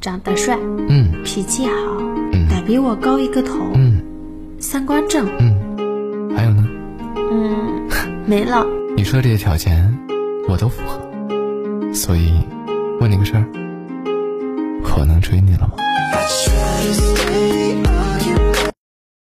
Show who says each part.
Speaker 1: 长得帅，
Speaker 2: 嗯
Speaker 1: 脾气好，
Speaker 2: 嗯
Speaker 1: 得比我高一个头，
Speaker 2: 嗯
Speaker 1: 三观正，
Speaker 2: 嗯，还有呢？
Speaker 1: 嗯， 没了。
Speaker 2: 你说这些条件我都符合，所以问你个事儿，我能追你了吗？
Speaker 3: I try to stay up.